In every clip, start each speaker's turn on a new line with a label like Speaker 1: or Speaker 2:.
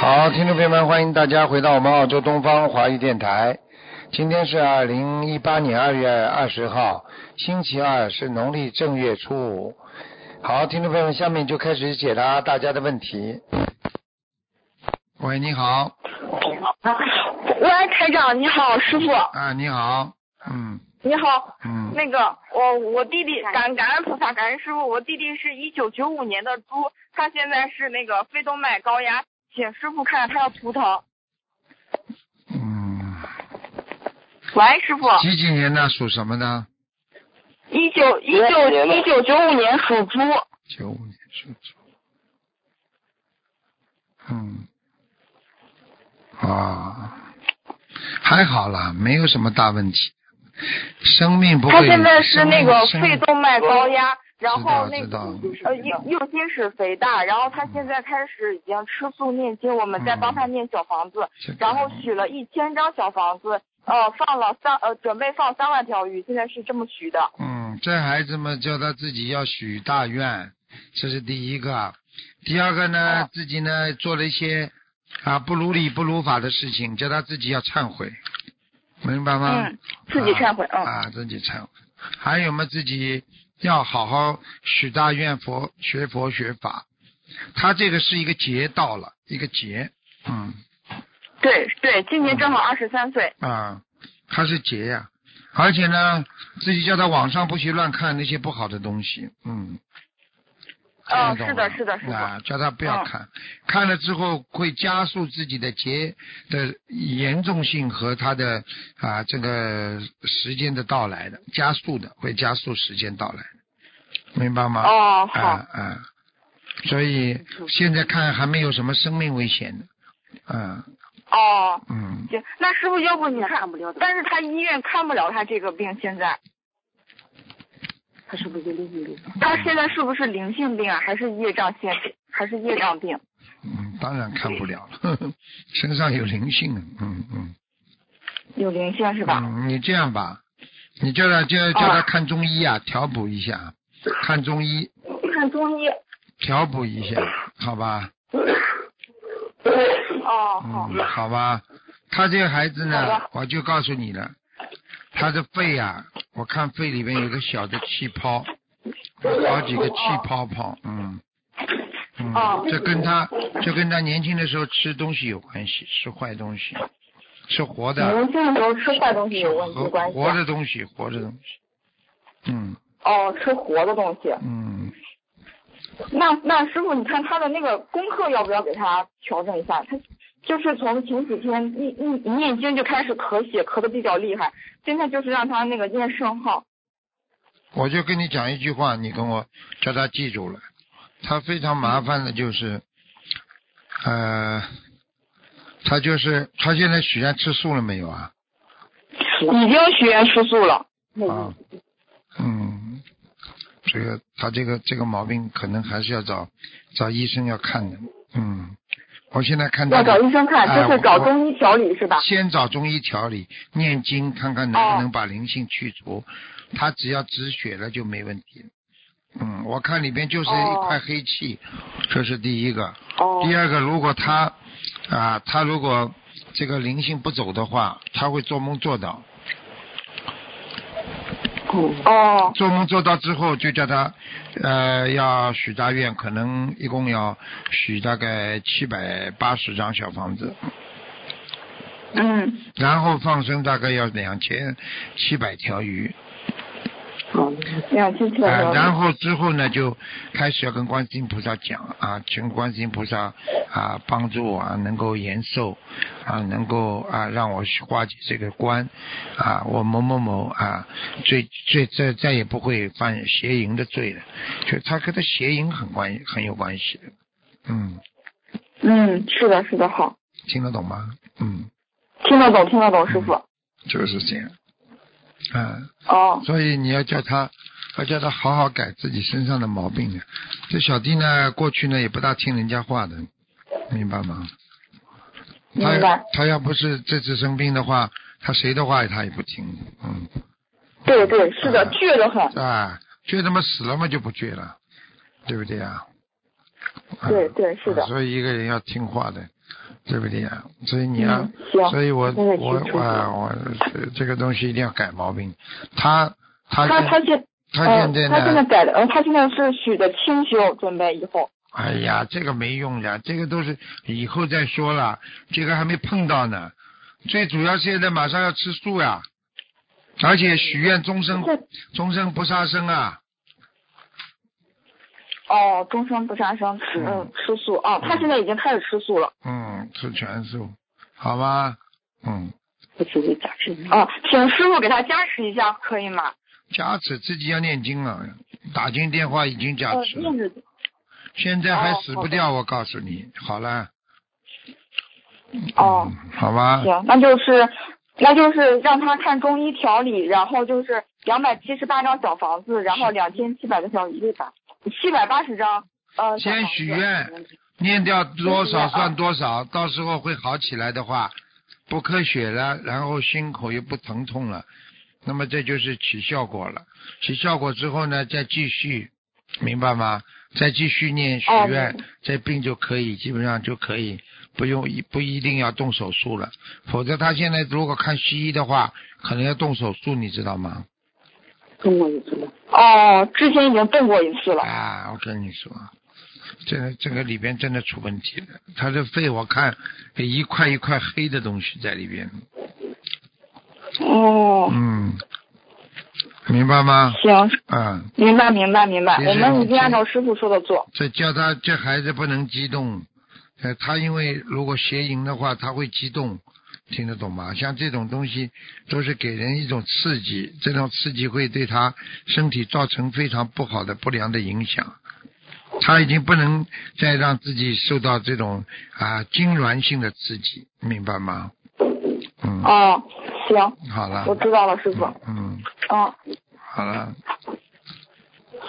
Speaker 1: 好，听众朋友们，欢迎大家回到我们澳洲东方华语电台。今天是二零一八年二月二十号，星期二，是农历正月初五。好，听众朋友们，下面就开始解答大家的问题。喂，你好，
Speaker 2: 喂，台长你好，师傅
Speaker 1: 啊，你好，嗯
Speaker 2: 你好，
Speaker 1: 嗯，
Speaker 2: 那个我我弟弟感感恩菩萨感恩师傅，我弟弟是一九九五年的猪，他现在是那个肺动脉高压，请师傅看他要图腾。
Speaker 1: 嗯，
Speaker 2: 喂，师傅，
Speaker 1: 几几年的，属什么的？
Speaker 2: 一九一九一九九五年属猪，
Speaker 1: 九五年属猪。嗯，啊，还好啦，没有什么大问题，生命不会。
Speaker 2: 他现在是
Speaker 1: 生
Speaker 2: 那个
Speaker 1: 生
Speaker 2: 肺动脉高压，然后那
Speaker 1: 知
Speaker 2: 个
Speaker 1: 道知道
Speaker 2: 呃右右心室肥大，然后他现在开始已经吃素念经，我们在帮
Speaker 1: 嗯
Speaker 2: 他念小房子，
Speaker 1: 这个
Speaker 2: 然后许了一千张小房子，呃，放了三呃，准备放三万条鱼，现在是这么许的。
Speaker 1: 嗯，这孩子们叫他自己要许大愿，这是第一个。第二个呢，
Speaker 2: 哦
Speaker 1: 自己呢做了一些啊不如理不如法的事情，叫他自己要忏悔，明白吗？
Speaker 2: 嗯，自己忏悔，嗯，
Speaker 1: 啊，自己忏悔。还有嘛，自己要好好许大愿佛，学佛学法。他这个是一个劫到了，一个劫，嗯
Speaker 2: 对对，今年正好二十三岁，
Speaker 1: 啊，他是劫呀、而且呢，自己叫他网上不许乱看那些不好的东西，嗯。
Speaker 2: 哦
Speaker 1: 听得懂
Speaker 2: 是的
Speaker 1: 吗
Speaker 2: 是的是的
Speaker 1: 啊，叫他不要
Speaker 2: 嗯
Speaker 1: 看，看了之后会加速自己的劫的严重性和他的啊这个时间的到来的，加速的会加速时间到来，明白吗？
Speaker 2: 哦，好，
Speaker 1: 啊啊，所以现在看还没有什么生命危险的，啊
Speaker 2: 哦，
Speaker 1: 嗯，
Speaker 2: 行，那师傅，要不你看不了，但是他医院看不了他这个病，现在
Speaker 3: 他是不是灵性病？
Speaker 2: 他现在是不是灵性病啊，还是业障现还是业障病？
Speaker 1: 嗯，当然看不了了，呵呵 身上有灵性，嗯嗯，
Speaker 2: 有灵性是吧？
Speaker 1: 嗯，你这样吧，你叫他叫叫他
Speaker 2: 啊
Speaker 1: 看中医啊，调补一下，看中医
Speaker 2: 看中医。
Speaker 1: 调补一下，好吧？
Speaker 2: 哦，好，
Speaker 1: 嗯，好吧。他这个孩子呢
Speaker 2: 好的，
Speaker 1: 我就告诉你了，他的肺啊，我看肺里面有个小的气泡，有好几个气泡泡，嗯。嗯
Speaker 2: 哦，
Speaker 1: 这跟他这跟他年轻的时候吃东西有关系，吃坏东西，吃活的，
Speaker 2: 您这时候吃坏东西有问
Speaker 1: 和
Speaker 2: 题关系
Speaker 1: 活
Speaker 2: 啊？
Speaker 1: 的东西，活的东西。嗯
Speaker 2: 哦，吃活的东西。
Speaker 1: 嗯，
Speaker 2: 那那师傅，你看他的那个功课要不要给他调整一下？他就是从前几天一一一念经就开始咳血，咳的比较厉害。现在就是让他那个念圣号。
Speaker 1: 我就跟你讲一句话，你跟我叫他记住了。他非常麻烦的就是，呃，他就是他现在许愿吃素了没有啊？
Speaker 2: 已经许愿吃素了。
Speaker 1: 啊，嗯，这个他这个这个毛病可能还是要找找医生要看的。嗯，我现在看到
Speaker 2: 要
Speaker 1: 你
Speaker 2: 找医生看，
Speaker 1: 哎
Speaker 2: 就是
Speaker 1: 我
Speaker 2: 找
Speaker 1: 我
Speaker 2: 中医调理是吧？
Speaker 1: 先找中医调理，念经看看能不能把灵性去除。他只要止血了就没问题。嗯，我看里边就是一块黑气，这是第一个。
Speaker 2: 哦
Speaker 1: 第二个，如果他啊，他如果这个灵性不走的话，他会做梦做到，
Speaker 2: 哦
Speaker 1: 做梦做到之后就叫他呃要许大愿，可能一共要许大概七百八十张小房子。
Speaker 2: 嗯
Speaker 1: 然后放生大概要两千七百条鱼，
Speaker 3: 哦，
Speaker 2: 两千七
Speaker 1: 啊、
Speaker 2: 百多。
Speaker 1: 然后之后呢就开始要跟观世音菩萨讲啊，请观世音菩萨啊帮助我啊能够延寿啊，能够啊让我化解这个关啊，我某某某啊，最最再再也不会犯邪淫的罪了，就他跟他邪淫很关很有关系的，嗯，
Speaker 2: 嗯，是的，是的，好，
Speaker 1: 听得懂吗？嗯，
Speaker 2: 听得懂，听得懂，师傅。
Speaker 1: 就是这样，啊。
Speaker 2: 哦
Speaker 1: 所以你要叫他，要叫他好好改自己身上的毛病的。这小弟呢，过去呢也不大听人家话的，明白吗？
Speaker 2: 明
Speaker 1: 他
Speaker 2: 白
Speaker 1: 他要不是这次生病的话，他谁的话他也不听，嗯
Speaker 2: 对对，是的
Speaker 1: 啊，
Speaker 2: 倔得很。
Speaker 1: 啊，倔他妈死了嘛就不倔了，对不对啊？啊啊
Speaker 2: 对对是的
Speaker 1: 所以一个人要听话的，对不对啊？所以你
Speaker 3: 嗯
Speaker 1: 要、
Speaker 2: 啊
Speaker 3: 行
Speaker 1: 所以我
Speaker 3: 那个去
Speaker 1: 我
Speaker 3: 处理
Speaker 1: 我我这这个东西一定要改毛病。他他
Speaker 4: 他
Speaker 1: 现
Speaker 4: 他现
Speaker 1: 他
Speaker 4: 呃
Speaker 1: 现在
Speaker 4: 他现在
Speaker 1: 呢？
Speaker 4: 改了，呃他现在是许的清修，准备以后。
Speaker 1: 哎呀，这个没用的，这个都是以后再说了，这个还没碰到呢。最主要现在马上要吃素呀、而且许愿终生
Speaker 4: 这
Speaker 1: 终生不杀生啊。
Speaker 4: 哦，终生不杀生，吃
Speaker 1: 嗯
Speaker 4: 嗯吃素哦，他现在已经开始吃素了。
Speaker 1: 嗯，吃全素，好吧？嗯，
Speaker 3: 我自己咋治？
Speaker 4: 哦，请师傅给他加持一下，可以吗？
Speaker 1: 加持自己要念经了，打进电话已经加
Speaker 4: 呃，
Speaker 1: 持了，
Speaker 4: 念着
Speaker 1: 现在还
Speaker 4: 哦
Speaker 1: 死
Speaker 4: 好
Speaker 1: 不
Speaker 4: 的
Speaker 1: 掉，我告诉你，好了，
Speaker 4: 哦，
Speaker 1: 嗯好吧？
Speaker 4: 行，那就是那就是让他看中医调理，然后就是两百七十八张小房子，然后两千七百个小鱼吧，七百八十张呃。小
Speaker 1: 先
Speaker 4: 房
Speaker 1: 许
Speaker 4: 子
Speaker 1: 愿，念掉多
Speaker 4: 先许愿
Speaker 1: 少
Speaker 4: 啊
Speaker 1: 算多少，到时候会好起来的话，不咳血了，然后心口又不疼痛了，那么这就是起效果了。起效果之后呢，再继续，明白吗？再继续念许
Speaker 4: 哦
Speaker 1: 愿
Speaker 4: 明，
Speaker 1: 这病就可以，基本上就可以，不用一不一定要动手术了。否则他现在如果看西医的话，可能要动手术，你知道吗？
Speaker 3: 中国也知道。
Speaker 4: 哦，之前已经动过一次了。
Speaker 1: 啊，我跟你说，这个这个里边真的出问题了。他的肺我看一块一块黑的东西在里边，
Speaker 4: 哦，
Speaker 1: 嗯，明白吗？
Speaker 4: 行，
Speaker 1: 嗯，
Speaker 4: 明白明白明白，
Speaker 1: 其实
Speaker 4: 我们已
Speaker 1: 其
Speaker 4: 经
Speaker 1: 实
Speaker 4: 按照师傅说的做。
Speaker 1: 这叫他这孩子不能激动，呃，他因为如果邪淫的话，他会激动，听得懂吗？像这种东西都是给人一种刺激，这种刺激会对他身体造成非常不好的不良的影响。他已经不能再让自己受到这种啊痉挛性的刺激，明白吗？嗯，
Speaker 4: 哦，行，
Speaker 1: 好了
Speaker 4: 我，知道了，师傅。
Speaker 1: 嗯，
Speaker 4: 嗯，
Speaker 1: 好了，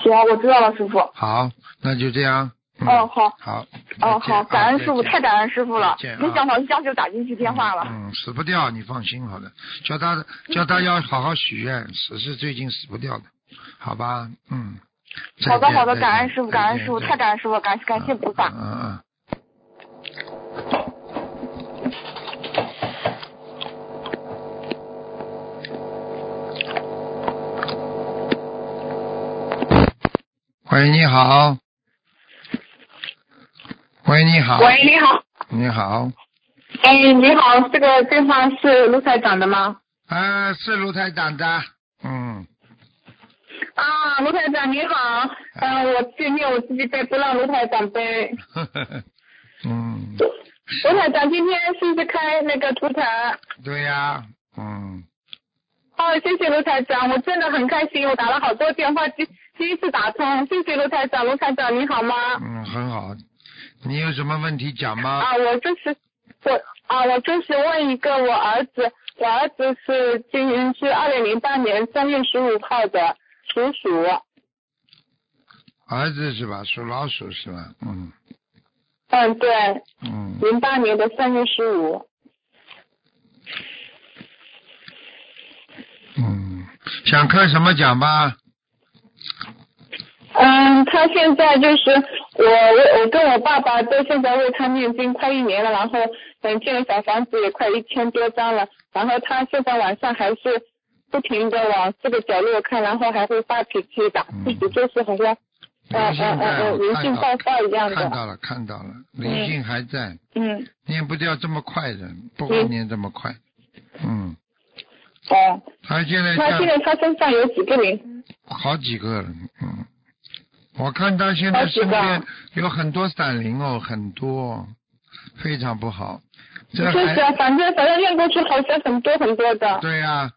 Speaker 4: 行，我知道了，师傅。
Speaker 1: 好，那就这样。嗯，
Speaker 4: 哦，好，
Speaker 1: 好，
Speaker 4: 哦，
Speaker 1: 嗯再见啊
Speaker 4: 好，感恩师傅，
Speaker 1: 再见
Speaker 4: 太感恩师傅了
Speaker 1: 再见。啊
Speaker 4: 没想到一下就打进去电话了。
Speaker 1: 嗯，嗯死不掉，你放心好了。叫他叫他要好好许愿，死是最近死不掉的，好吧？嗯。
Speaker 4: 好的，
Speaker 1: 再见
Speaker 4: 好的，
Speaker 1: 再见
Speaker 4: 感恩师傅，感恩
Speaker 1: 再见
Speaker 4: 师傅，太
Speaker 1: 再见
Speaker 4: 感恩师傅，感感谢菩萨。
Speaker 1: 嗯嗯嗯。嗯喂，你好。喂，你好。
Speaker 2: 喂，你好，
Speaker 1: 你好。
Speaker 2: 哎，你好，这个电话是卢台长的吗？
Speaker 1: 啊，是卢台长的。嗯，
Speaker 2: 啊，卢台长你好，嗯、
Speaker 1: 哎
Speaker 2: 我纪念我自己背，不让卢台长背。
Speaker 1: 呵呵呵 嗯，
Speaker 2: 卢台长今天是不是开那个图腾？
Speaker 1: 对呀、嗯，
Speaker 2: 哦，谢谢卢台长，我真的很开心，我打了好多电话，第第一次打通，谢谢卢台长，卢台长你好吗？
Speaker 1: 嗯，很好。你有什么问题讲吗？
Speaker 2: 啊，我就是我啊，我就是问一个我儿子，我儿子是今年是二零零八年三月十五号的属鼠。
Speaker 1: 儿子是吧？属老鼠是吧？嗯
Speaker 2: 嗯，对，
Speaker 1: 嗯，
Speaker 2: 零八年的三月十五。
Speaker 1: 嗯，想看什么讲吧？
Speaker 2: 嗯，他现在就是我我我跟我爸爸都现在为他念经快一年了，然后嗯建了小房子也快一千多张了，然后他现在晚上还是不停的往四个角落看，然后还会发脾气打
Speaker 1: 嗯
Speaker 2: 自己，就是好像呃
Speaker 1: 灵性
Speaker 2: 呃
Speaker 1: 在，
Speaker 2: 呃呃
Speaker 1: 我
Speaker 2: 人
Speaker 1: 看
Speaker 2: 性
Speaker 1: 到
Speaker 2: 爆发一样
Speaker 1: 看
Speaker 2: 的，
Speaker 1: 到了，看到了，灵性还在，
Speaker 2: 嗯
Speaker 1: 念不掉这么快的，不会念这么快。嗯，
Speaker 2: 哦，
Speaker 1: 他现在
Speaker 2: 他现在
Speaker 1: 在
Speaker 2: 他身上有几个灵？
Speaker 1: 好几个了，嗯，我看他现在身
Speaker 2: 好
Speaker 1: 边
Speaker 2: 几
Speaker 1: 有很多散灵哦，很多，非常不好。这
Speaker 2: 就
Speaker 1: 还
Speaker 2: 是啊反正反正念过去好像很多很多的，
Speaker 1: 对呀、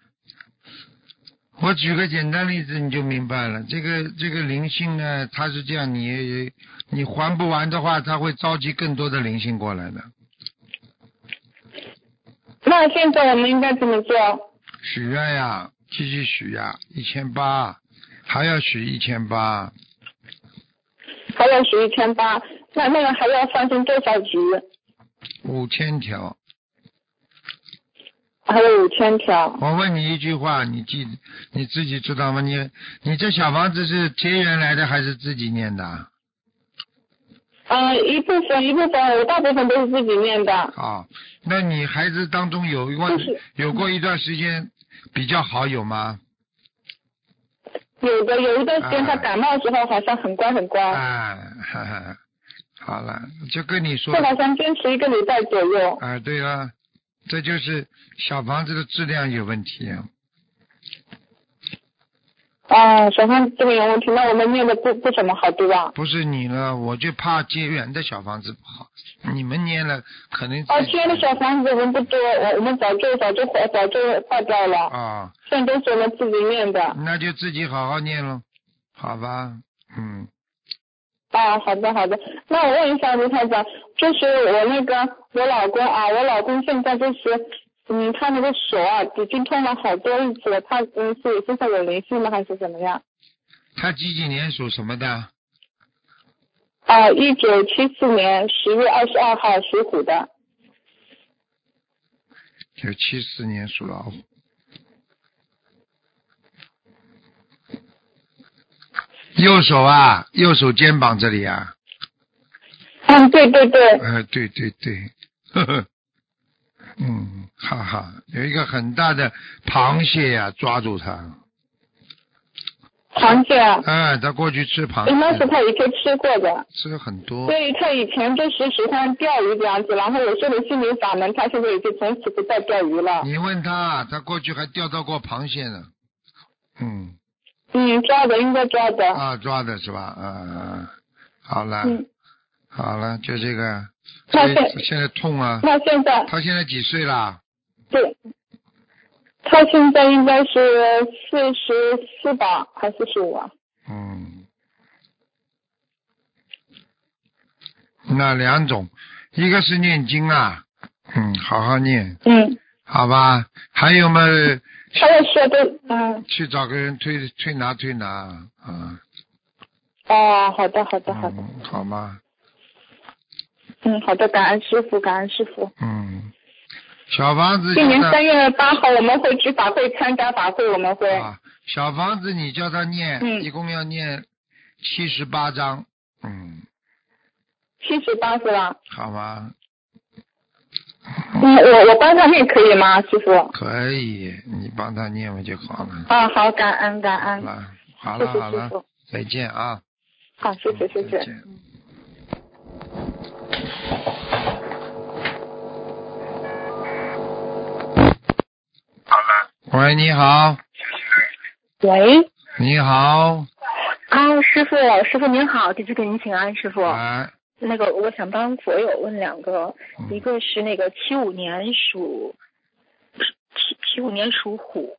Speaker 1: 我举个简单例子你就明白了。这个这个灵性呢，它是这样，你你还不完的话，它会召集更多的灵性过来的。
Speaker 2: 那现在我们应该怎么做？
Speaker 1: 许愿呀，继续许呀，一千八，还要许一千八，
Speaker 2: 还要许一千八，那那个还要放生多少局？
Speaker 1: 五千条。
Speaker 2: 还有五千条。
Speaker 1: 我问你一句话，你记你自己知道吗？你你这小房子是结缘来的还是自己念的？
Speaker 2: 呃，一部分一部分，我大部分都是自己念的。
Speaker 1: 啊，那你孩子当中有过
Speaker 2: 就是
Speaker 1: 有过一段时间比较好有吗？
Speaker 2: 有的有一段时间他
Speaker 1: 啊
Speaker 2: 感冒的时候好像很乖很乖，
Speaker 1: 啊，哈哈， 好了，就跟你说
Speaker 2: 后来想坚持一个礼拜左右。
Speaker 1: 啊，对啊，这就是小房子的质量有问题啊。
Speaker 2: 啊，小胖这个有问题，那我们念的不不怎么好，对吧？
Speaker 1: 不是你了，我就怕结缘的小房子不好，你们念了可能
Speaker 2: 哦，
Speaker 1: 自己
Speaker 2: 缺的小房子我们不多，我我们早就早就坏早就坏掉了，
Speaker 1: 啊，
Speaker 2: 现在都是我们自己念的。
Speaker 1: 那就自己好好念喽，好吧？嗯，
Speaker 2: 啊，好的好的，那我问一下卢台长，就是我那个我老公啊，我老公现在就是，嗯，他那个手啊已经痛了好多日子了，他嗯是身上有灵性吗还是怎么样？
Speaker 1: 他几几年属什么的？
Speaker 2: 啊，一九七四年十月二十二号属虎的，
Speaker 1: 有七四年属老虎。右手啊，右手肩膀这里啊，
Speaker 2: 嗯对对对，
Speaker 1: 呃，对对对， 呵呵，嗯，哈哈，有一个很大的螃蟹呀、抓住它，
Speaker 2: 螃蟹啊，
Speaker 1: 哎、他过去吃螃
Speaker 2: 应该是
Speaker 1: 蟹，
Speaker 2: 他以前吃过的，
Speaker 1: 吃很多
Speaker 2: 所，以他以前就是喜欢钓鱼这样子，然后我说的心灵法门，他现在已经从此不再钓鱼了。
Speaker 1: 你问他，他过去还钓到过螃蟹呢，嗯，
Speaker 2: 嗯，抓的应该抓的。
Speaker 1: 啊，抓的是吧？啊，好了，
Speaker 2: 嗯，
Speaker 1: 好了，就这个，
Speaker 2: 那
Speaker 1: 所以
Speaker 2: 现
Speaker 1: 现在痛啊，
Speaker 2: 那现在
Speaker 1: 他现在几岁啦？
Speaker 2: 对，他现在应该是四十四吧，还是四十五啊？
Speaker 1: 嗯，那两种，一个是念经啊，嗯，好好念，
Speaker 2: 嗯，
Speaker 1: 好吧？还有嘛，
Speaker 2: 他要说的，嗯，
Speaker 1: 去找个人推推拿推拿啊，
Speaker 2: 哦，好的，好的，好的，
Speaker 1: 嗯，好吗？
Speaker 2: 嗯，好的，感恩师傅，感恩师傅。
Speaker 1: 嗯，小房子
Speaker 2: 今年
Speaker 1: 叫他
Speaker 2: 三月八号我们会去法会参加法会，我们会。
Speaker 1: 啊，小房子你叫他念，
Speaker 2: 嗯
Speaker 1: 一共要念七十八章，嗯，
Speaker 2: 七十八是吧？
Speaker 1: 好吗？
Speaker 2: 嗯，我我帮他念可以吗，师傅？
Speaker 1: 可以，你帮他念完就好了。
Speaker 2: 啊，好，感恩感
Speaker 1: 好
Speaker 2: 恩，
Speaker 1: 了，好
Speaker 2: 谢
Speaker 1: 了，
Speaker 2: 嗯谢
Speaker 1: 好
Speaker 2: 师
Speaker 1: 了，
Speaker 2: 傅，
Speaker 1: 再见啊。
Speaker 2: 好，谢谢谢谢
Speaker 1: 再。见喂，你好，
Speaker 5: 喂，
Speaker 1: 你好，
Speaker 5: 啊，师傅，师傅您好，弟子给您请安，师傅。
Speaker 1: 哎，
Speaker 5: 那个，我想帮佛友问两个，
Speaker 1: 嗯
Speaker 5: 一个是那个七五年属七七五年属虎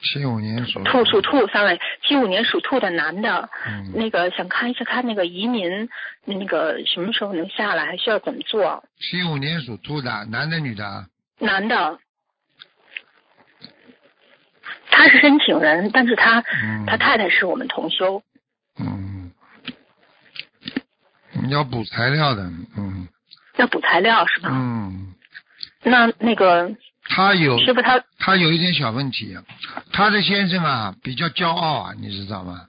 Speaker 1: 七五年属
Speaker 5: 兔属，兔，sorry，七五年属兔的男的，
Speaker 1: 嗯，
Speaker 5: 那个想看一下他那个移民那个什么时候能下来，还需要怎么做？
Speaker 1: 七五年属兔的，男的女啊的，
Speaker 5: 男的，他是申请人，但是他、
Speaker 1: 嗯，
Speaker 5: 他太太是我们同修，
Speaker 1: 嗯，你要补材料的，嗯
Speaker 5: 要补材料是吧？
Speaker 1: 嗯，
Speaker 5: 那那个
Speaker 1: 他有
Speaker 5: 师傅他
Speaker 1: 他有一点小问题，他的先生啊比较骄傲啊，你知道吗？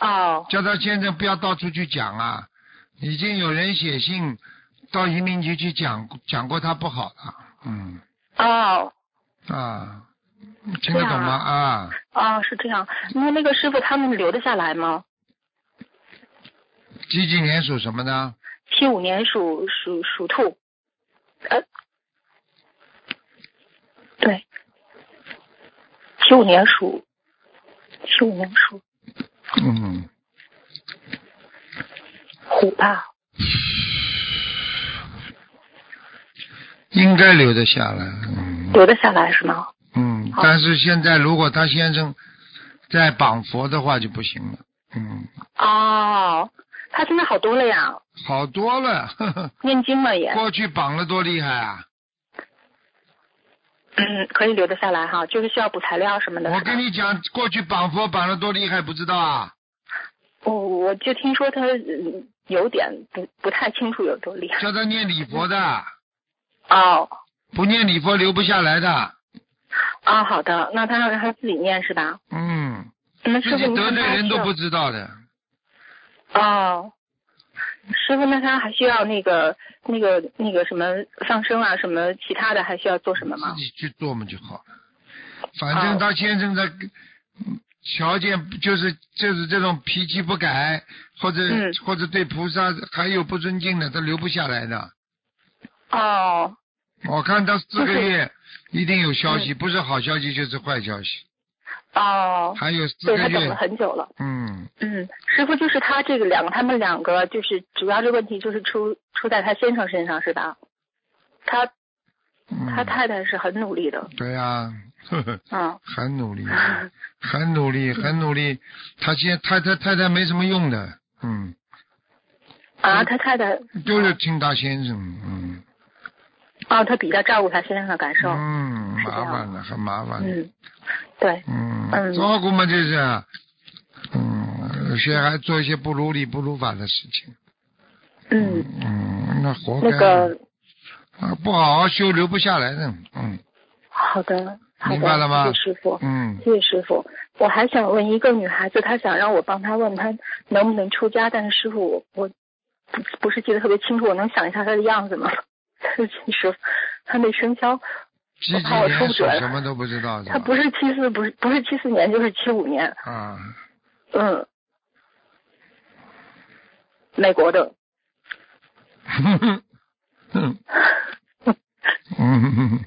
Speaker 5: 哦
Speaker 1: 叫他先生不要到处去讲啊，已经有人写信到移民局去讲讲过他不好了，嗯
Speaker 5: 哦
Speaker 1: 啊，听得懂吗
Speaker 5: 这
Speaker 1: 啊？
Speaker 5: 哦，是这样。那那个师傅他们留得下来吗？
Speaker 1: 几几年属什么呢？
Speaker 5: 七五年属属属兔，呃，对，七五年属，七五年属
Speaker 1: 嗯，
Speaker 5: 虎吧？
Speaker 1: 应该留得下来，嗯
Speaker 5: 留得下来是吗？
Speaker 1: 嗯，
Speaker 5: 好
Speaker 1: 但是现在如果他先生在绑佛的话就不行了，嗯，
Speaker 5: 哦，他现在好多了呀，
Speaker 1: 好多了，呵呵
Speaker 5: 念经了也，
Speaker 1: 过去绑了多厉害啊！
Speaker 5: 嗯，可以留得下来哈，就是需要补材料什么的。
Speaker 1: 我跟你讲，过去绑佛绑了多厉害，不知道啊？
Speaker 5: 我哦我就听说他嗯有点不不太清楚有多厉害
Speaker 1: 叫他念礼佛的。
Speaker 5: 哦。
Speaker 1: 不念礼佛留不下来的。
Speaker 5: 啊，好的，那他让他自己念是吧？
Speaker 1: 嗯，
Speaker 5: 那
Speaker 1: 自
Speaker 5: 师
Speaker 1: 己
Speaker 5: 傅您
Speaker 1: 得
Speaker 5: 看
Speaker 1: 罪
Speaker 5: 他
Speaker 1: 人
Speaker 5: 需
Speaker 1: 都
Speaker 5: 要
Speaker 1: 不知道的。
Speaker 5: 哦，
Speaker 2: 师傅，那他还需要那个那个那个什么上升啊，什么其他的还需要做什么吗
Speaker 1: 自？己去做嘛就好了。反正他先生的嗯条件就是就是这种脾气不改，或者、
Speaker 2: 嗯
Speaker 1: 或者对菩萨还有不尊敬的，他留不下来的。嗯
Speaker 2: 哦，
Speaker 1: 我看他四个月
Speaker 2: 嗯
Speaker 1: 一定有消息，不是好消息就是坏消息。
Speaker 2: 哦，
Speaker 1: 还有四
Speaker 2: 对
Speaker 1: 个
Speaker 2: 他等
Speaker 1: 月
Speaker 2: 了，很久了。
Speaker 1: 嗯，
Speaker 2: 嗯，师傅就是他这个两个，他们两个就是主要这问题就是出出在他先生身上是吧？他
Speaker 1: 嗯
Speaker 2: 他太太是很努力的，
Speaker 1: 对啊， 呵呵，
Speaker 2: 嗯，
Speaker 1: 很努力， 很努力，很努力。他现他他太太没什么用的，嗯，
Speaker 2: 啊，他太太
Speaker 1: 就是听他先生，嗯，
Speaker 2: 哦，他比较照顾他先生的感受，
Speaker 1: 嗯，
Speaker 2: 是这样
Speaker 1: 麻烦的，很麻烦的。
Speaker 2: 嗯，对，
Speaker 1: 嗯，
Speaker 2: 嗯
Speaker 1: 照顾嘛，这是，嗯，有些还做一些不如理不如法的事情，
Speaker 2: 嗯，
Speaker 1: 嗯，那活该，
Speaker 2: 那个
Speaker 1: 啊不好好修留不下来的，嗯
Speaker 2: 好的，好的，
Speaker 1: 明白了吗
Speaker 2: 谢谢师傅，
Speaker 1: 嗯，
Speaker 2: 谢谢师傅。我还想问一个女孩子，她想让我帮她问她能不能出家，但是师傅我我不不是记得特别清楚，我能想一下她的样子吗？ 对不起师傅，她那生肖，
Speaker 1: 几
Speaker 2: 我
Speaker 1: 几
Speaker 2: 怕我
Speaker 1: 年
Speaker 2: 说不
Speaker 1: 属
Speaker 2: 准
Speaker 1: 什么都不知道是
Speaker 2: 她
Speaker 1: 吧？
Speaker 2: 不是七四，不是不是七四年，就是七五年，
Speaker 1: 啊，
Speaker 2: 嗯，美国的，
Speaker 1: 嗯嗯嗯，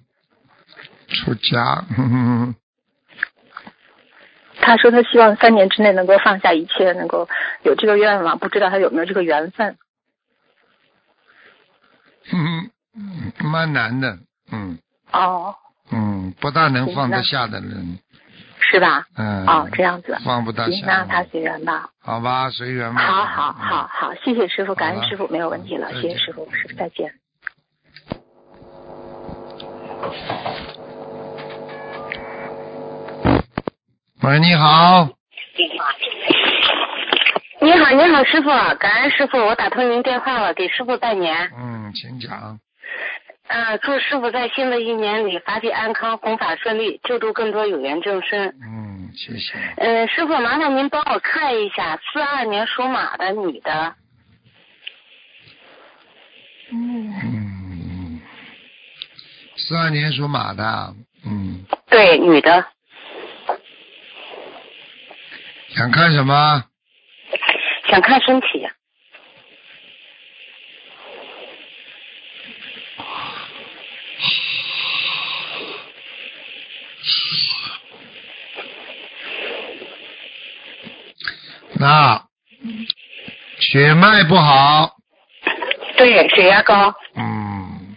Speaker 1: 出家，嗯
Speaker 2: 她说她希望三年之内能够放下一切，能够有这个愿望，不知道她有没有这个缘分。
Speaker 1: 嗯嗯，蛮难的，嗯
Speaker 2: 哦，
Speaker 1: 嗯，不大能放得下的人，
Speaker 2: 是吧？
Speaker 1: 嗯，
Speaker 2: 哦，这样子，
Speaker 1: 放不大
Speaker 2: 行，那
Speaker 1: 下，
Speaker 2: 她随缘吧。
Speaker 1: 好吧，随缘吧。
Speaker 2: 好好好好，谢谢师傅，
Speaker 1: 嗯
Speaker 2: 感
Speaker 1: 好了嗯
Speaker 2: 恩师傅，没有问题了，
Speaker 1: 再
Speaker 2: 谢谢
Speaker 1: 见
Speaker 2: 师傅，师傅再见。
Speaker 1: 喂，你好，
Speaker 6: 你好，你好，师傅，啊感恩师傅，我打通您电话了，给师傅拜年。
Speaker 1: 嗯，请讲。
Speaker 6: 呃，祝师傅在新的一年里法体安康，弘法顺利，救度更多有缘众生。
Speaker 1: 嗯，谢谢。
Speaker 6: 呃，师傅，麻烦您帮我看一下，四二年属马的女的，
Speaker 1: 嗯，四二年属马的，嗯，
Speaker 6: 对，女的，
Speaker 1: 想看什么？
Speaker 6: 想看身体。
Speaker 1: 那血脉不好，
Speaker 6: 对，血压高。
Speaker 1: 嗯，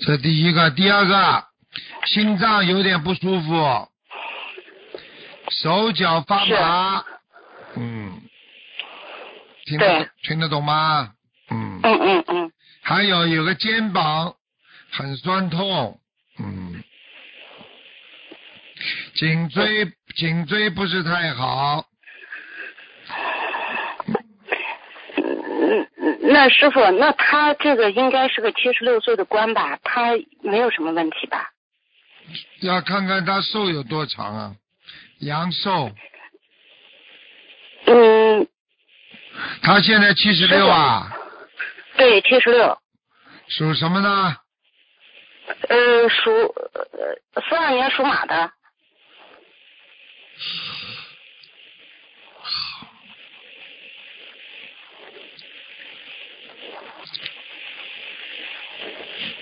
Speaker 1: 这第一个，第二个，心脏有点不舒服，手脚发麻，嗯，听得
Speaker 6: 对
Speaker 1: 听得懂吗？嗯，
Speaker 6: 嗯嗯嗯，
Speaker 1: 还有有个肩膀很酸痛，嗯，颈椎颈椎不是太好，
Speaker 6: 嗯嗯，那师傅，那她这个应该是个七十六岁的官吧？她没有什么问题吧？
Speaker 1: 要看看他寿有多长啊，阳寿，
Speaker 6: 嗯，
Speaker 1: 他现在七十六啊，
Speaker 6: 对，七十六。
Speaker 1: 属什么呢？
Speaker 6: 呃，属呃四二年属马的，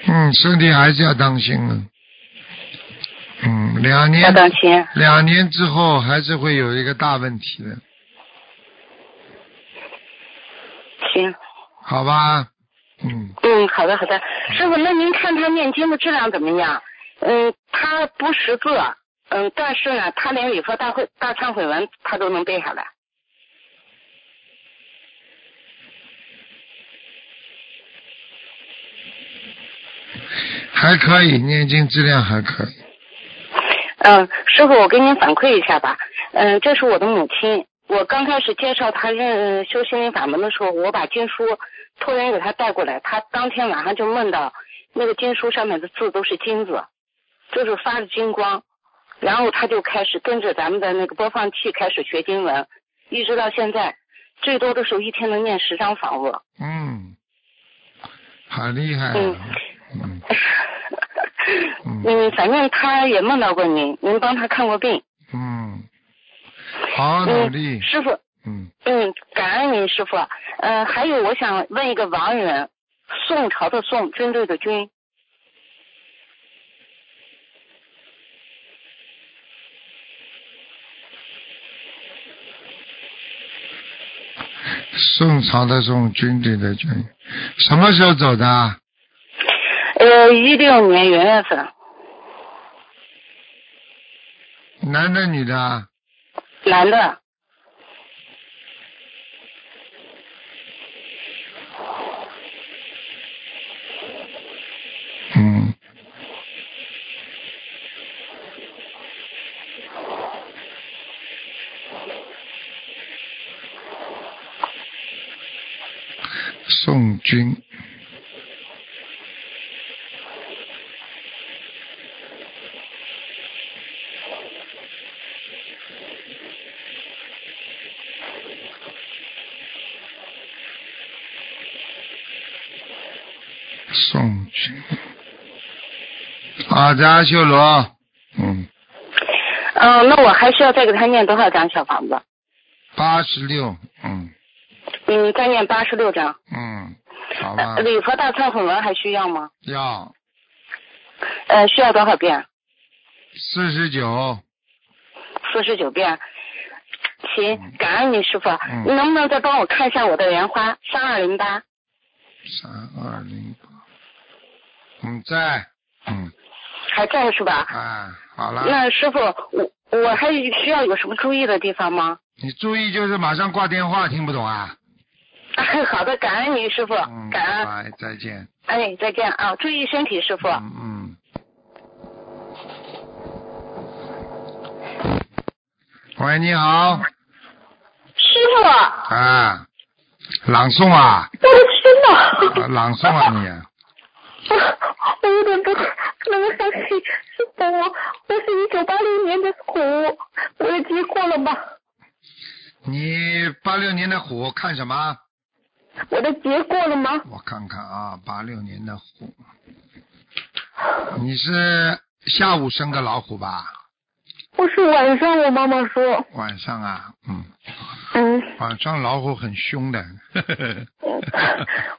Speaker 1: 嗯，身体还是要当心啊。嗯，两
Speaker 6: 要
Speaker 1: 年
Speaker 6: 当心。
Speaker 1: 两年之后还是会有一个大问题的，
Speaker 6: 行，
Speaker 1: 好吧？嗯，
Speaker 6: 嗯，好的好的，师傅，那您看他念经的质量怎么样？嗯，他不识字，嗯，但是呢，他连礼佛大会大忏悔文他都能背下来。
Speaker 1: 还可以，念经质量还可以。
Speaker 6: 嗯，师傅，我给您反馈一下吧。嗯，这是我的母亲。我刚开始介绍她认修心灵法门的时候，我把经书托人给她带过来，她当天晚上就梦到那个经书上面的字都是金子，就是发着金光。然后她就开始跟着咱们的那个播放器开始学经文，一直到现在。最多的时候一天能念十张房子。
Speaker 1: 嗯，好厉害、啊。嗯嗯
Speaker 6: 嗯，反正他也梦到过您，您帮他看过病。
Speaker 1: 嗯，好努力
Speaker 6: 嗯，。师傅，
Speaker 1: 嗯
Speaker 6: 嗯，感恩您师傅。呃，还有我想问一个亡人，宋朝的宋，军队的军，
Speaker 1: 宋朝的宋，军队的军，什么时候走的啊？
Speaker 6: 呃，一六年元月份，
Speaker 1: 男的女的啊？
Speaker 6: 男的，
Speaker 1: 嗯。宋军，宋军。啊，在阿修罗，嗯，
Speaker 6: 嗯、那我还需要再给他念多少张小房子？
Speaker 1: 八十六，嗯
Speaker 6: 嗯，再念八十六张。
Speaker 1: 嗯，好吧
Speaker 6: 呃，，礼佛大忏悔文还需要吗？
Speaker 1: 要
Speaker 6: 呃，需要多少遍？
Speaker 1: 四十九，
Speaker 6: 四十九遍。行，感恩你师傅。
Speaker 1: 嗯
Speaker 6: 你能不能再帮我看一下我的莲花三二零八
Speaker 1: 三二零八，嗯，在，嗯，
Speaker 6: 还在是吧？
Speaker 1: 啊，好了，
Speaker 6: 那师傅，我我还需要有什么注意的地方吗？
Speaker 1: 你注意就是马上挂电话，听不懂啊？
Speaker 6: 哎， 好的，感恩您师傅，
Speaker 1: 嗯，
Speaker 6: 啊感恩，
Speaker 1: 拜，再见，
Speaker 6: 哎，再见啊，注意身体，师傅。
Speaker 1: 嗯嗯。喂，你好，
Speaker 7: 师傅，
Speaker 1: 啊，朗诵啊，
Speaker 7: 我的天呐，
Speaker 1: 啊朗诵啊你啊。
Speaker 7: 我有点不不能相信，师傅，我我是一九八六年的虎，我也结过了吧？
Speaker 1: 你八六年的虎看什么？
Speaker 7: 我的结过了吗？
Speaker 1: 我看看啊，八六年的虎，你是下午生个老虎吧？
Speaker 7: 我是晚上，我妈妈说，
Speaker 1: 晚上啊，嗯，
Speaker 7: 嗯，
Speaker 1: 晚上老虎很凶的。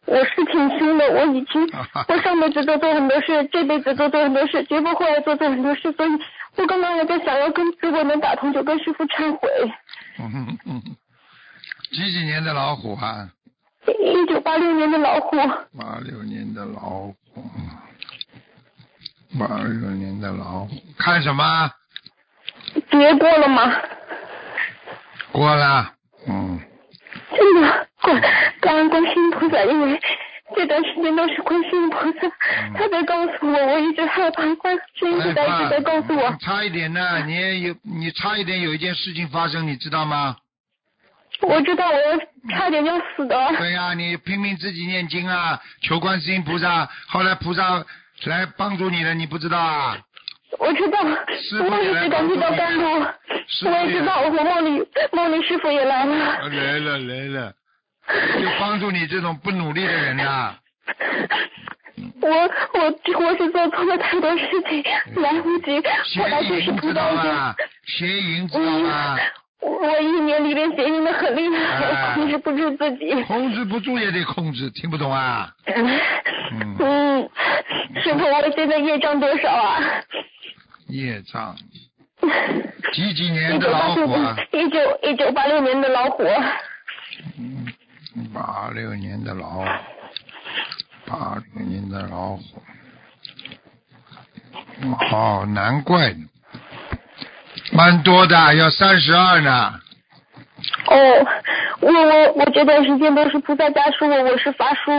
Speaker 7: 我是挺凶的，我已经
Speaker 1: 嗯
Speaker 7: 我上辈子都做很多事，这辈子都做很多事，绝不会做做很多事，所以我刚刚也在想要跟如果能打通就跟师傅忏悔。
Speaker 1: 嗯嗯几几年的老虎啊？
Speaker 7: 一九八六年的老虎，
Speaker 1: 八六年的老虎，八六年的老虎，看什么？
Speaker 7: 结过了吗？
Speaker 1: 过了，嗯，
Speaker 7: 真的，感感恩观世音菩萨，因为这段时间都是观世音菩萨，他在告诉我，我一直害怕，观世音菩萨一直在告诉我，
Speaker 1: 差一点呢，你也有你差一点有一件事情发生，你知道吗？
Speaker 7: 我知道我要差点要死的，
Speaker 1: 对呀、你拼命自己念经啊，求观世音菩萨，后来菩萨来帮助你了，你不知道啊？
Speaker 7: 我知道，
Speaker 1: 师父
Speaker 7: 我
Speaker 1: 也
Speaker 7: 一
Speaker 1: 来
Speaker 7: 直感觉到甘露，
Speaker 1: 师父
Speaker 7: 我也知道，我梦里梦里师傅也来了，
Speaker 1: 来啊了来了，就帮助你这种不努力的人呐、
Speaker 7: 我我我是做错了太多事
Speaker 1: 嗯
Speaker 7: 情，来不及，
Speaker 1: 邪
Speaker 7: 后来就是
Speaker 1: 淫
Speaker 7: 菩
Speaker 1: 知
Speaker 7: 萨
Speaker 1: 道
Speaker 7: 已经。
Speaker 1: 吧？邪淫知道吧？
Speaker 7: 嗯我我一年里边邪淫的很厉害，
Speaker 1: 哎
Speaker 7: 我控制不住自己。
Speaker 1: 控制不住也得控制，听不懂啊？嗯
Speaker 7: 嗯，师傅，我现在业障多少啊？
Speaker 1: 业障，几几
Speaker 7: 一
Speaker 1: 年的
Speaker 7: 九八
Speaker 1: 老
Speaker 7: 六
Speaker 1: 虎啊？，
Speaker 7: 一九一九八六年的老虎，
Speaker 1: 嗯八六年的老虎，八六年的老虎，哦，难怪，蛮多的，要三十二呢。
Speaker 7: 哦，我我我这段时间都是菩萨加持我，我是发书，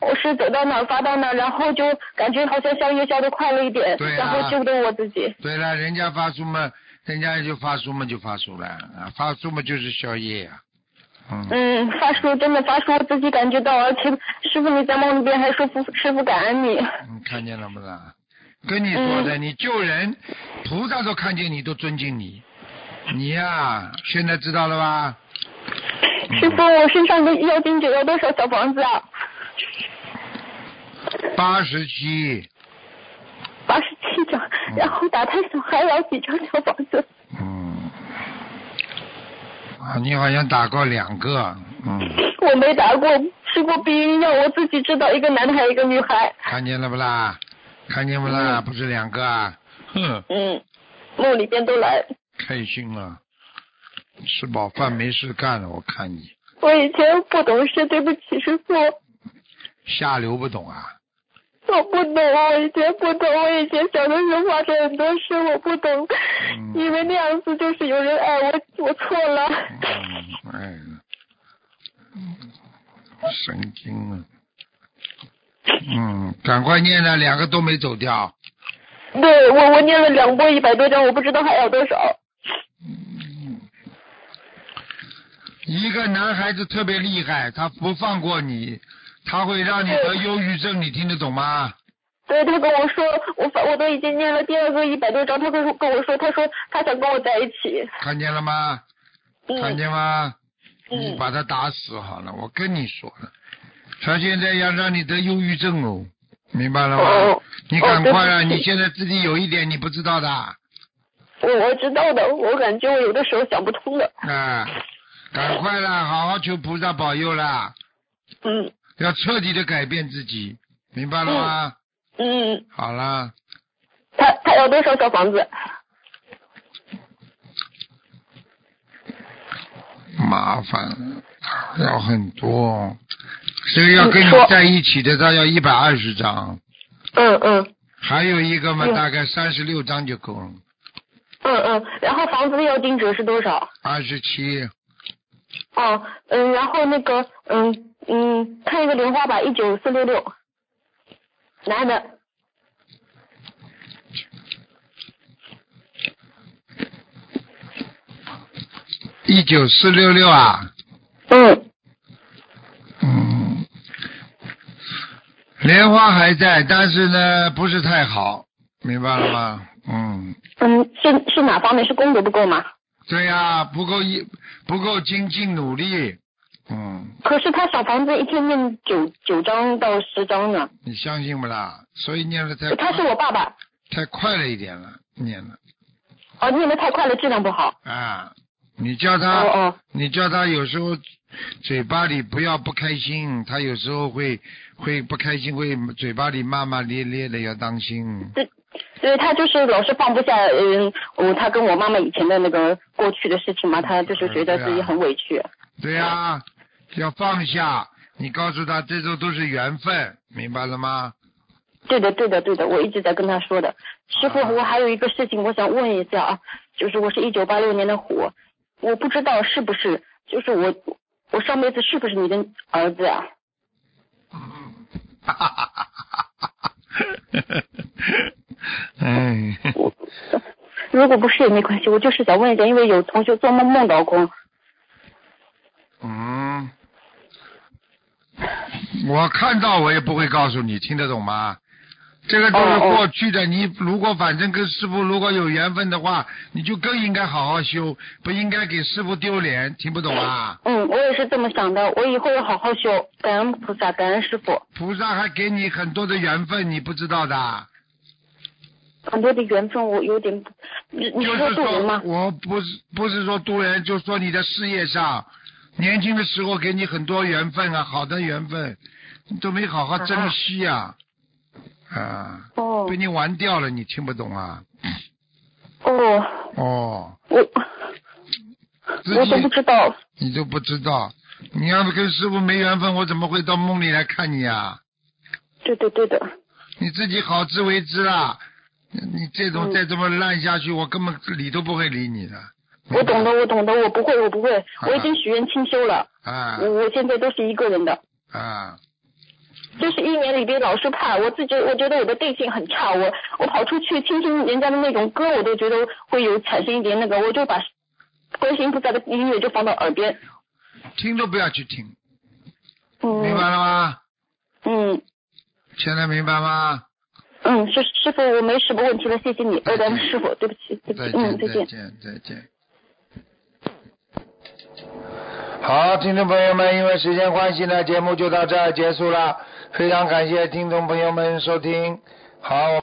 Speaker 7: 我是走到哪儿发到哪儿，然后就感觉好像消业消的快了一点，
Speaker 1: 对啊
Speaker 7: 然后救的我自己。
Speaker 1: 对了，人家发书嘛，人家就发书嘛，就发书了啊，发书嘛就是宵夜呀、嗯，
Speaker 7: 嗯，发书真的发书，我自己感觉到，而且师傅你在梦里边还说父师傅感恩你，
Speaker 1: 你看见了不啦？跟你说的，你救人，菩萨都看见你，都尊敬你，你呀、现在知道了吧？
Speaker 7: 师傅，我身上的妖精者要多少小房子啊？
Speaker 1: 八十七，
Speaker 7: 八十七张，然后打胎小孩要几张小房子？
Speaker 1: 嗯，啊，你好像打过两个，嗯，
Speaker 7: 我没打过，吃过避孕药，我自己知道一个男孩一个女孩。
Speaker 1: 看见了不啦？看见不啦？不是两个啊，哼，
Speaker 7: 嗯，梦里边都来。
Speaker 1: 开心了，吃饱饭没事干了，我看你
Speaker 7: 我以前不懂事，对不起师傅，
Speaker 1: 下流不懂啊，
Speaker 7: 我不懂，我以前不懂，我以前小的时候发生很多事，我不懂，
Speaker 1: 嗯
Speaker 7: 以为那样子就是有人爱我，我错了。
Speaker 1: 嗯，哎，神经了，嗯，赶快念了，两个都没走掉，
Speaker 7: 对我，我念了两波一百多张，我不知道还要多少。
Speaker 1: 一个男孩子特别厉害，他不放过你，他会让你得忧郁症，你听得懂吗？
Speaker 7: 对他跟我说，我发我都已经念了第二个一百多张，他跟我跟我说，他说他想跟我在一起。
Speaker 1: 看见了吗？看
Speaker 7: 嗯，
Speaker 1: 见吗？
Speaker 7: 嗯
Speaker 1: 你把他打死好了，我跟你说了，他现在要让你得忧郁症哦，明白了吗？
Speaker 7: 哦
Speaker 1: 你赶快啊！
Speaker 7: 哦对不起
Speaker 1: 你现在自己有一点你不知道的啊、
Speaker 7: 我我知道的，我感觉我有的时候想不通的。
Speaker 1: 赶快啦，好好求菩萨保佑啦，
Speaker 7: 嗯
Speaker 1: 要彻底的改变自己，明白了吗？
Speaker 7: 嗯，
Speaker 1: 好啦，
Speaker 7: 他他要多少小房子？
Speaker 1: 麻烦了要很多，所以要跟你
Speaker 7: 嗯说
Speaker 1: 在一起的，他要一百二十张，
Speaker 7: 嗯嗯
Speaker 1: 还有一个嘛，
Speaker 7: 嗯
Speaker 1: 大概三十六张就够了，
Speaker 7: 嗯嗯，然后房子的要定者是多少？
Speaker 1: 二十七。
Speaker 7: 哦，嗯，然后那个，嗯嗯，看一个莲花吧，一九四六六，男的，
Speaker 1: 一九四六六啊，
Speaker 7: 嗯，
Speaker 1: 嗯，莲花还在，但是呢，不是太好，明白了吗？嗯，
Speaker 7: 嗯，是是哪方面？是功德不够吗？
Speaker 1: 对呀、不够一不够精进努力，嗯，
Speaker 7: 可是他小房子一天念九九张到十张呢，
Speaker 1: 你相信不啦？所以念的太
Speaker 7: 他是
Speaker 1: 快
Speaker 7: 我爸爸，
Speaker 1: 太快了一点了，念了
Speaker 7: 哦，念的太快了，质量不好。
Speaker 1: 啊，你叫
Speaker 7: 哦
Speaker 1: 他，
Speaker 7: 哦，
Speaker 1: 你叫他有时候嘴巴里不要不开心，他有时候会会不开心，会嘴巴里骂骂咧咧的，要当心。
Speaker 7: 对他就是老是放不下，嗯，我他跟我妈妈以前的那个过去的事情嘛，他就是觉得自己很委屈。
Speaker 1: 对呀、要放下。你告诉他，这都都是缘分，明白了吗？
Speaker 7: 对的，对的，对的，我一直在跟他说的。师傅
Speaker 1: 啊，
Speaker 7: 我还有一个事情，我想问一下啊，就是我是一九八六年的虎，我不知道是不是，就是我我上辈子是不是你的儿子啊？
Speaker 1: 哎，
Speaker 7: 如果不是也没关系，我就是想问一下，因为有同学做梦梦到过，
Speaker 1: 嗯，我看到我也不会告诉你，听得懂吗？这个都是
Speaker 7: 哦哦
Speaker 1: 过去的，你如果反正跟师傅如果有缘分的话，你就更应该好好修，不应该给师傅丢脸，听不懂啊？
Speaker 7: 嗯，我也是这么想的，我以后要好好修，感恩菩萨，感恩师傅，
Speaker 1: 菩萨还给你很多的缘分，你不知道的。
Speaker 7: 很多的缘分我有点，你你
Speaker 1: 就是
Speaker 7: 说渡人吗？
Speaker 1: 我不是不是说渡人，就说你的事业上，年轻的时候给你很多缘分啊，好的缘分，你都没好好珍惜啊，啊，
Speaker 7: 哦
Speaker 1: 被你玩掉了，你听不懂啊？
Speaker 7: 哦，
Speaker 1: 哦，
Speaker 7: 我
Speaker 1: 自
Speaker 7: 我都不
Speaker 1: 己
Speaker 7: 知道，
Speaker 1: 你都不知道，你要是跟师傅没缘分，我怎么会到梦里来看你啊？
Speaker 7: 对对对的，
Speaker 1: 你自己好自为之啦。你这种
Speaker 7: 嗯
Speaker 1: 再这么烂下去，我根本理都不会理你的。
Speaker 7: 我懂的，我懂的，我不会，我不会，
Speaker 1: 啊
Speaker 7: 我已经许愿清修了，
Speaker 1: 啊
Speaker 7: 我我现在都是一个人的，
Speaker 1: 啊！
Speaker 7: 就是一年里边老是怕，我自己我觉得我的定性很差，我我跑出去听听人家的那种歌，我都觉得会有产生一点那个，我就把观世音菩萨的音乐就放到耳边，
Speaker 1: 听都不要去听，明白
Speaker 7: 嗯
Speaker 1: 了吗？
Speaker 7: 嗯
Speaker 1: 现在明白吗？
Speaker 7: 嗯，师师傅我没什么问题了，谢谢你，
Speaker 1: 再
Speaker 7: 呃，
Speaker 1: 见
Speaker 7: 咱们师傅，对不起，对不
Speaker 1: 嗯再
Speaker 7: 起，
Speaker 1: 见，再
Speaker 7: 嗯，再见。
Speaker 1: 见，再见。好，听众朋友们，因为时间关系呢，节目就到这儿结束了。非常感谢听众朋友们收听，好。